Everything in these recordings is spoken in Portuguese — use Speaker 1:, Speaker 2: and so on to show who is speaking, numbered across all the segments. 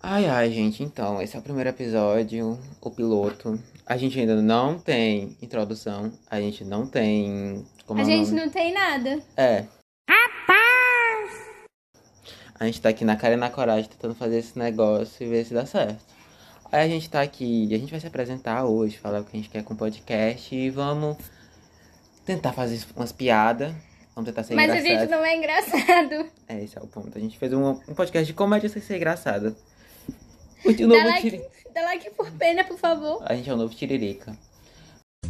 Speaker 1: Ai, ai, gente, então, esse é o primeiro episódio, o piloto. A gente ainda não tem introdução, a gente não tem. Como
Speaker 2: A
Speaker 1: é o
Speaker 2: gente
Speaker 1: nome?
Speaker 2: não tem nada.
Speaker 1: É. Rapaz! A gente tá aqui na cara e na coragem tentando fazer esse negócio e ver se dá certo. Aí a gente tá aqui e a gente vai se apresentar hoje, falar o que a gente quer com o podcast e vamos tentar fazer umas piadas. Vamos tentar ser
Speaker 2: Mas
Speaker 1: engraçado.
Speaker 2: o vídeo não é engraçado.
Speaker 1: É, esse é o ponto. A gente fez um, um podcast de comédia sem ser engraçado. O, o novo
Speaker 2: like.
Speaker 1: tiri-
Speaker 2: Dá like por pena, por favor.
Speaker 1: A gente é o novo Tiririca.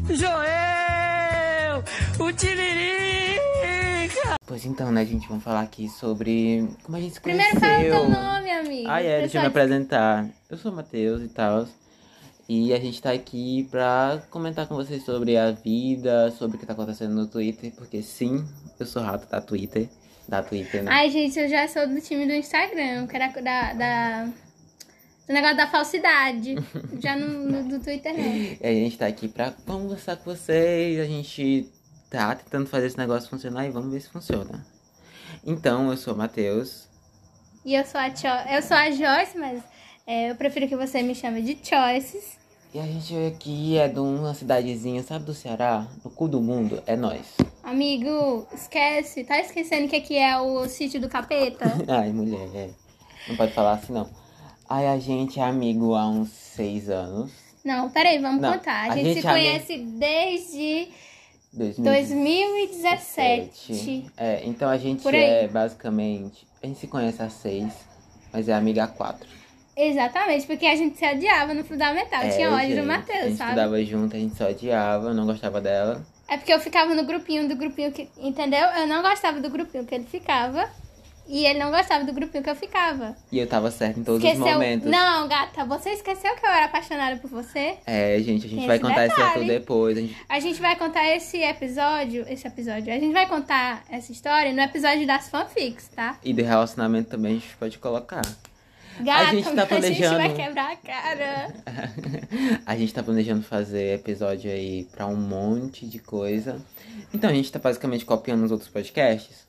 Speaker 3: Joel! O Tiririca!
Speaker 1: Pois então, né, gente? Vamos falar aqui sobre como a gente se conheceu.
Speaker 2: Primeiro fala o teu nome, amigo.
Speaker 1: Ah, é, deixa eu me
Speaker 2: Pessoal,
Speaker 1: apresentar. Eu sou o Matheus e tal. E a gente tá aqui pra comentar com vocês sobre a vida, sobre o que tá acontecendo no Twitter, porque sim, eu sou rato da Twitter. Da Twitter, né?
Speaker 2: Ai, gente, eu já sou do time do Instagram. Eu quero a- da, da... Do negócio da falsidade. já no, no- do Twitter, não.
Speaker 1: E a gente tá aqui pra conversar com vocês. A gente tá tentando fazer esse negócio funcionar e vamos ver se funciona. Então, eu sou o Matheus.
Speaker 2: E eu sou a, Cho... eu sou a Joyce, mas é, eu prefiro que você me chame de Choices.
Speaker 1: E a gente aqui é de uma cidadezinha, sabe, do Ceará? No cu do mundo, é nós.
Speaker 2: Amigo, esquece. Tá esquecendo que aqui é o sítio do capeta?
Speaker 1: Ai, mulher, é. não pode falar assim não. Ai, a gente é amigo há uns seis anos.
Speaker 2: Não, peraí, vamos
Speaker 1: Não,
Speaker 2: contar.
Speaker 1: a
Speaker 2: A gente,
Speaker 1: gente
Speaker 2: se
Speaker 1: é
Speaker 2: conhece desde
Speaker 1: 2017.
Speaker 2: 2017.
Speaker 1: É, então a gente
Speaker 2: Por aí.
Speaker 1: é basicamente. A gente se conhece há seis, mas é amiga há quatro.
Speaker 2: Exatamente, porque a gente se odiava no fundamental.
Speaker 1: é,
Speaker 2: tinha ódio
Speaker 1: gente,
Speaker 2: do
Speaker 1: A gente
Speaker 2: Matheus, sabe?
Speaker 1: estudava junto, a gente só odiava, eu não gostava dela.
Speaker 2: É porque eu ficava no grupinho do grupinho que. Entendeu? Eu não gostava do grupinho que ele ficava. E ele não gostava do grupinho que eu ficava.
Speaker 1: E eu tava certo em todos os
Speaker 2: esqueceu.
Speaker 1: momentos.
Speaker 2: Não, gata, você esqueceu que eu era apaixonada por você?
Speaker 1: É, gente, a gente
Speaker 2: Tem
Speaker 1: vai
Speaker 2: esse
Speaker 1: contar esse
Speaker 2: detalhe.
Speaker 1: assunto depois. A gente
Speaker 2: A gente vai contar esse episódio. Esse episódio. A gente vai contar essa história no episódio das fanfics, tá?
Speaker 1: E do relacionamento também a gente pode colocar.
Speaker 2: Gata,
Speaker 1: gente tá
Speaker 2: a gente vai
Speaker 1: planejando-
Speaker 2: quebrar a cara.
Speaker 1: a gente tá planejando fazer episódio aí pra um monte de coisa. Então a gente tá basicamente copiando os outros podcasts?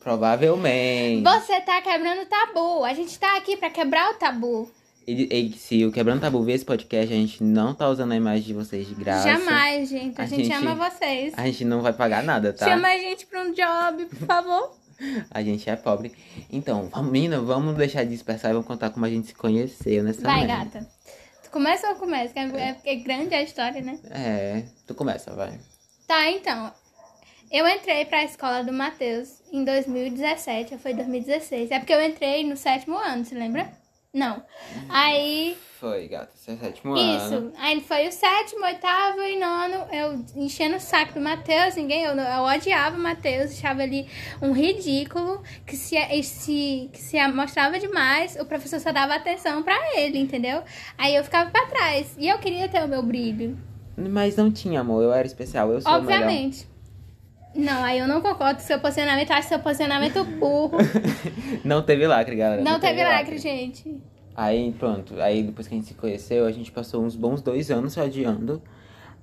Speaker 1: Provavelmente.
Speaker 2: Você tá quebrando o tabu. A gente tá aqui pra quebrar o tabu.
Speaker 1: E, e se o Quebrando Tabu ver esse podcast, a gente não tá usando a imagem de vocês de graça.
Speaker 2: Jamais, gente. A,
Speaker 1: A
Speaker 2: gente,
Speaker 1: gente-
Speaker 2: ama vocês.
Speaker 1: A gente não vai pagar nada, tá?
Speaker 2: Chama a gente pra um job, por favor.
Speaker 1: A gente é pobre. Então, vamos, menina, vamos deixar de dispersar e vamos contar como a gente se conheceu nessa
Speaker 2: Vai,
Speaker 1: merda.
Speaker 2: gata. Tu começa ou começa? Que É, é porque é grande a história, né?
Speaker 1: É, tu começa, vai.
Speaker 2: Tá, então. Eu entrei pra escola do Matheus em 2017, ou foi 2016. É porque eu entrei no sétimo ano, se lembra? Não. Aí,
Speaker 1: Foi, gata, seu sétimo ano.
Speaker 2: isso. Aí foi o sétimo, oitavo e nono. Eu enchendo o saco do Matheus, ninguém. Eu, eu odiava o Matheus, achava ele um ridículo, que se, e se, que se mostrava demais. O professor só dava atenção pra ele, entendeu? Aí eu ficava pra trás. E eu queria ter o meu brilho.
Speaker 1: Mas não tinha, amor. Eu era especial. Eu sou o melhor.
Speaker 2: Obviamente. Não, aí eu não concordo com seu posicionamento. Acho seu posicionamento burro.
Speaker 1: Não teve lacre, galera.
Speaker 2: não teve lacre, gente.
Speaker 1: Aí, pronto. Aí, depois que a gente se conheceu, a gente passou uns bons dois anos se odiando.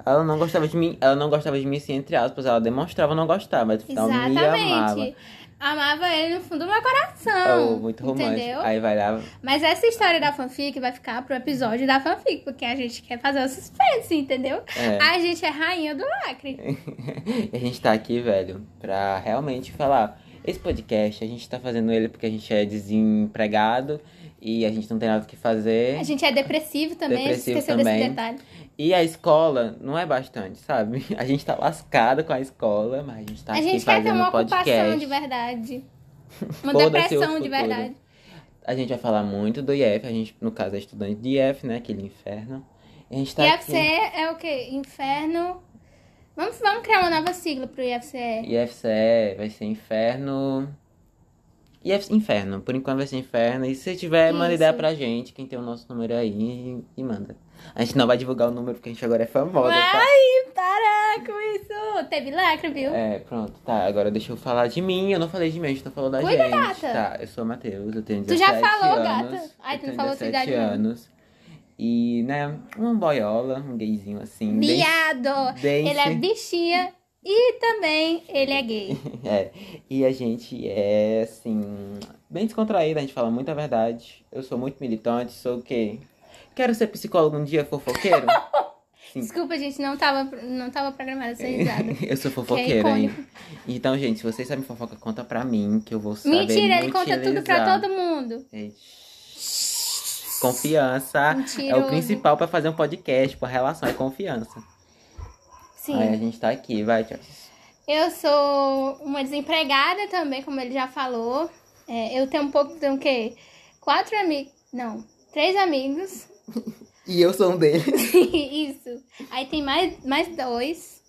Speaker 1: Ela não gostava de mim. Ela não gostava de mim, assim, entre aspas. Ela demonstrava não gostar, mas então me amava.
Speaker 2: Exatamente. Amava ele no fundo do meu coração.
Speaker 1: Oh, muito romântico.
Speaker 2: Entendeu?
Speaker 1: Aí vai lá.
Speaker 2: Mas essa história da fanfic vai ficar pro episódio da fanfic, porque a gente quer fazer o suspense, entendeu?
Speaker 1: É.
Speaker 2: A gente é rainha do lacre.
Speaker 1: E a gente tá aqui, velho, pra realmente falar. Esse podcast, a gente tá fazendo ele porque a gente é desempregado e a gente não tem nada o que fazer.
Speaker 2: A gente é depressivo também, a gente
Speaker 1: Depressivo
Speaker 2: esqueceu
Speaker 1: também.
Speaker 2: desse detalhe.
Speaker 1: E a escola não é bastante, sabe? A gente tá lascado com a escola, mas a gente tá
Speaker 2: a
Speaker 1: aqui
Speaker 2: gente quer ter
Speaker 1: fazendo
Speaker 2: uma
Speaker 1: podcast.
Speaker 2: ocupação de verdade. Uma
Speaker 1: Foda-se o
Speaker 2: depressão de
Speaker 1: futuro.
Speaker 2: verdade.
Speaker 1: A gente vai falar muito do IF, a gente, no caso, é estudante de IF, né? Aquele inferno. E a gente tá
Speaker 2: IFCE
Speaker 1: aqui.
Speaker 2: é o quê? Inferno. Vamos, vamos criar uma nova sigla pro IFCE.
Speaker 1: IFCE vai ser inferno. IF, inferno, por enquanto vai ser inferno. E se tiver, manda
Speaker 2: Isso.
Speaker 1: ideia pra gente, quem tem o nosso número aí, e, e manda. A gente não vai divulgar o número porque a gente agora é famosa, tá?
Speaker 2: Ai, para com isso! Teve lacre, viu?
Speaker 1: É, pronto, tá. Agora deixa eu falar de mim. Eu não falei de mim, a gente não falou da
Speaker 2: Cuida,
Speaker 1: gente.
Speaker 2: gata.
Speaker 1: Tá, eu sou o Matheus, eu tenho 17
Speaker 2: Tu já falou,
Speaker 1: anos,
Speaker 2: gata. Ai,
Speaker 1: eu
Speaker 2: tu não
Speaker 1: tenho
Speaker 2: falou tua
Speaker 1: 17
Speaker 2: idade, não.
Speaker 1: anos. E, né, um boiola, um gayzinho assim. bem-
Speaker 2: Viado!
Speaker 1: bem
Speaker 2: Ele é
Speaker 1: sem-
Speaker 2: bichinha e também ele é gay.
Speaker 1: É, e a gente é, assim, bem descontraída, a gente fala muita verdade. Eu sou muito militante, sou o quê? Quero ser psicólogo um dia, fofoqueiro?
Speaker 2: Desculpa, gente, não tava, não tava programada essa risada.
Speaker 1: eu sou fofoqueiro, hein?
Speaker 2: icônico.
Speaker 1: Então, gente, se vocês sabem fofoca, conta pra mim, que eu vou saber
Speaker 2: Mentira, ele conta tudo pra
Speaker 1: utilizar.
Speaker 2: todo mundo.
Speaker 1: Ei, Confiança é o
Speaker 2: Mentiroso.
Speaker 1: principal pra fazer um podcast, por relação é confiança.
Speaker 2: Sim.
Speaker 1: Aí a gente tá aqui, vai, Joyce.
Speaker 2: Eu sou uma desempregada também, como ele já falou. É, eu tenho um pouco, tenho o quê? Quatro amigos. Não, três amigos.
Speaker 1: E eu sou um deles.
Speaker 2: Isso. Aí tem mais, mais dois.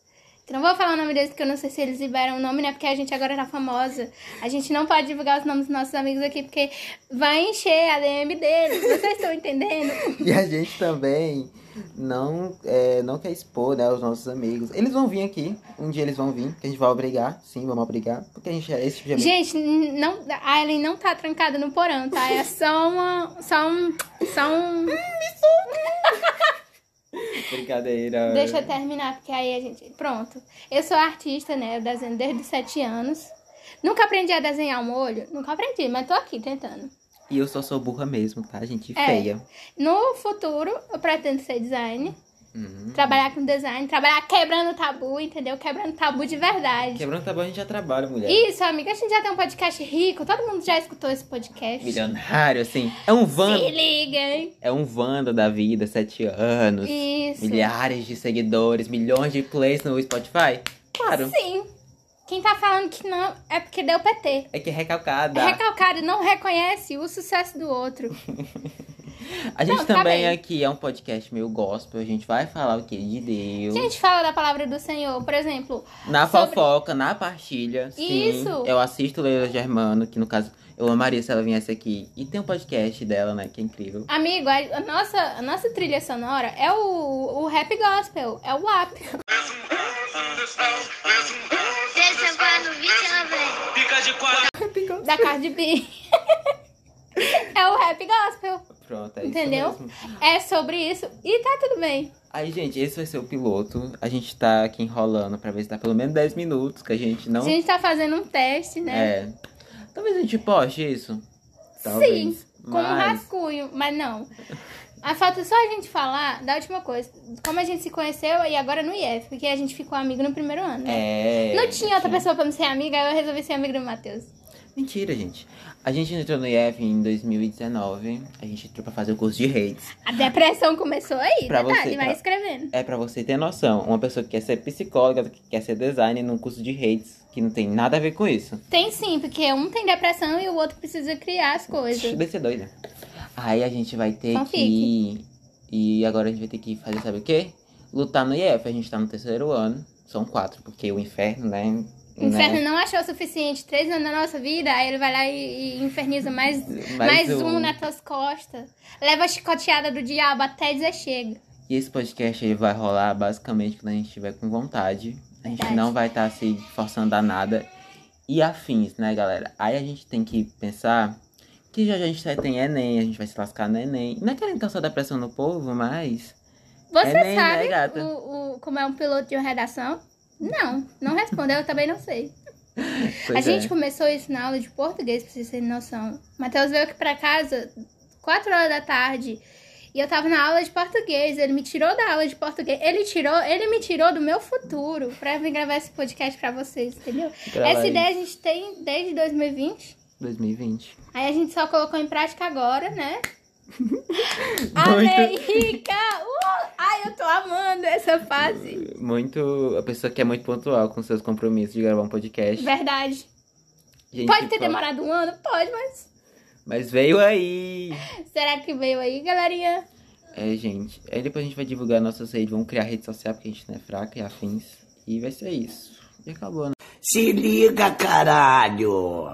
Speaker 2: Que não vou falar o nome deles, porque eu não sei se eles liberam o nome, né? Porque a gente agora tá famosa. A gente não pode divulgar os nomes dos nossos amigos aqui, porque vai encher a DM deles. Vocês estão entendendo?
Speaker 1: E a gente também não, é, não quer expor, né, os nossos amigos. Eles vão vir aqui, um dia eles vão vir, que a gente vai obrigar, sim, vamos obrigar, porque a gente é esse tipo de amigo.
Speaker 2: Gente, n- não, a Ellen não tá trancada no porão, tá? É só uma. Só um. Só um.
Speaker 1: Brincadeira.
Speaker 2: Deixa eu terminar, porque aí a gente. Pronto. Eu sou artista, né? Eu desenho desde os sete anos. Nunca aprendi a desenhar um olho. Nunca aprendi, mas tô aqui tentando.
Speaker 1: E eu só sou burra mesmo, tá, gente? E
Speaker 2: É.
Speaker 1: Feia.
Speaker 2: No futuro, eu pretendo ser design.
Speaker 1: Hum.
Speaker 2: Trabalhar com design. Trabalhar quebrando tabu, entendeu? Quebrando tabu de verdade.
Speaker 1: Quebrando tabu, a gente já trabalha, mulher.
Speaker 2: Isso, amiga. A gente já tem um podcast rico. Todo mundo já escutou esse podcast.
Speaker 1: Milionário, assim. É um
Speaker 2: Se
Speaker 1: Wanda.
Speaker 2: liga, hein?
Speaker 1: É um Wanda da vida, sete anos.
Speaker 2: Isso.
Speaker 1: Milhares de seguidores, milhões de plays no Spotify. Claro.
Speaker 2: Sim. Quem tá falando que não é porque deu PT.
Speaker 1: É que é recalcada.
Speaker 2: Recalcado, não reconhece o sucesso do outro.
Speaker 1: Uhum. A gente
Speaker 2: Não, tá
Speaker 1: também
Speaker 2: bem.
Speaker 1: aqui é um podcast meio gospel. A gente vai falar o que? De Deus.
Speaker 2: A gente fala da palavra do Senhor, por exemplo,
Speaker 1: na
Speaker 2: sobre-
Speaker 1: fofoca, na partilha. Sim.
Speaker 2: Isso.
Speaker 1: Eu assisto Leila Germano, que no caso eu amaria se ela viesse aqui. E tem um podcast dela, né? Que é incrível.
Speaker 2: amigo, a a nossa, a nossa trilha sonora é o, o rap gospel, é o app.
Speaker 4: Deixa quando vi vem.
Speaker 3: Pica de quatro.
Speaker 2: da Cardi B. é o rap gospel.
Speaker 1: Pronto, é
Speaker 2: Entendeu?
Speaker 1: isso mesmo.
Speaker 2: É sobre isso e tá tudo bem.
Speaker 1: Aí, gente, esse vai ser o piloto. A gente tá aqui enrolando pra ver se dá pelo menos 10 minutos, que a gente não.
Speaker 2: A gente tá fazendo um teste, né?
Speaker 1: É. Talvez a gente poste isso. Talvez.
Speaker 2: Sim, com um
Speaker 1: Mas...
Speaker 2: rascunho, mas não. A falta só a gente falar da última coisa, como a gente se conheceu e agora no IF, porque a gente ficou amigo no primeiro ano. né?
Speaker 1: É.
Speaker 2: Não tinha outra pessoa pra me ser amiga, aí eu resolvi ser amiga do Matheus.
Speaker 1: Mentira, gente. A gente entrou no IEF em 2019. A gente entrou pra fazer o curso de redes.
Speaker 2: A depressão começou aí,
Speaker 1: Pra
Speaker 2: detalhe,
Speaker 1: você,
Speaker 2: vai
Speaker 1: pra-
Speaker 2: escrevendo.
Speaker 1: É pra você ter noção. Uma pessoa que quer ser psicóloga, que quer ser designer num curso de redes, que não tem nada a ver com isso.
Speaker 2: Tem sim, porque um tem depressão e o outro precisa criar as coisas.
Speaker 1: Deve ser doida. Aí a gente vai ter
Speaker 2: Fanfic.
Speaker 1: que. E agora a gente vai ter que fazer, sabe o quê? Lutar no IEF. A gente tá no terceiro ano. São quatro, porque o inferno, né?
Speaker 2: O inferno não achou o suficiente três anos da nossa vida, aí ele vai lá e, e inferniza mais,
Speaker 1: Mais
Speaker 2: mais
Speaker 1: um.
Speaker 2: um nas tuas costas. Leva a chicoteada do diabo até dizer chega.
Speaker 1: E esse podcast ele vai rolar basicamente quando a gente estiver com vontade. A gente
Speaker 2: Verdade.
Speaker 1: não vai estar se forçando a nada. E afins, né, galera? Aí a gente tem que pensar que já já a gente vai ter Enem, a gente vai se lascar no Enem. Não é querendo causar depressão no povo, mas.
Speaker 2: Você
Speaker 1: Enem, né,
Speaker 2: sabe
Speaker 1: gata?
Speaker 2: o, o- como é um piloto de uma redação? Não, não respondeu, eu também não sei. a
Speaker 1: pois
Speaker 2: gente
Speaker 1: é.
Speaker 2: começou isso na aula de português, pra vocês terem noção. O Matheus veio aqui pra casa 4 horas da tarde e eu tava na aula de português. Ele me tirou da aula de português. Ele tirou, ele me tirou do meu futuro pra vir gravar esse podcast pra vocês, entendeu?
Speaker 1: Grava
Speaker 2: Essa
Speaker 1: aí.
Speaker 2: ideia a gente tem desde 2020.
Speaker 1: 2020.
Speaker 2: Aí a gente só colocou em prática agora, né?
Speaker 1: Muito.
Speaker 2: Amei, rica! Uh! Ai, eu tô amando essa fase.
Speaker 1: Muito. A pessoa que é muito pontual com seus compromissos de gravar um podcast.
Speaker 2: Verdade.
Speaker 1: Gente,
Speaker 2: Pode ter
Speaker 1: fala-
Speaker 2: demorado um ano? Pode, mas.
Speaker 1: Mas veio aí!
Speaker 2: Será que veio aí, galerinha?
Speaker 1: É, gente. Aí depois a gente vai divulgar nossas redes, vamos criar rede social, porque a gente não é fraca e afins. E vai ser isso. E acabou, né?
Speaker 5: Se liga, caralho!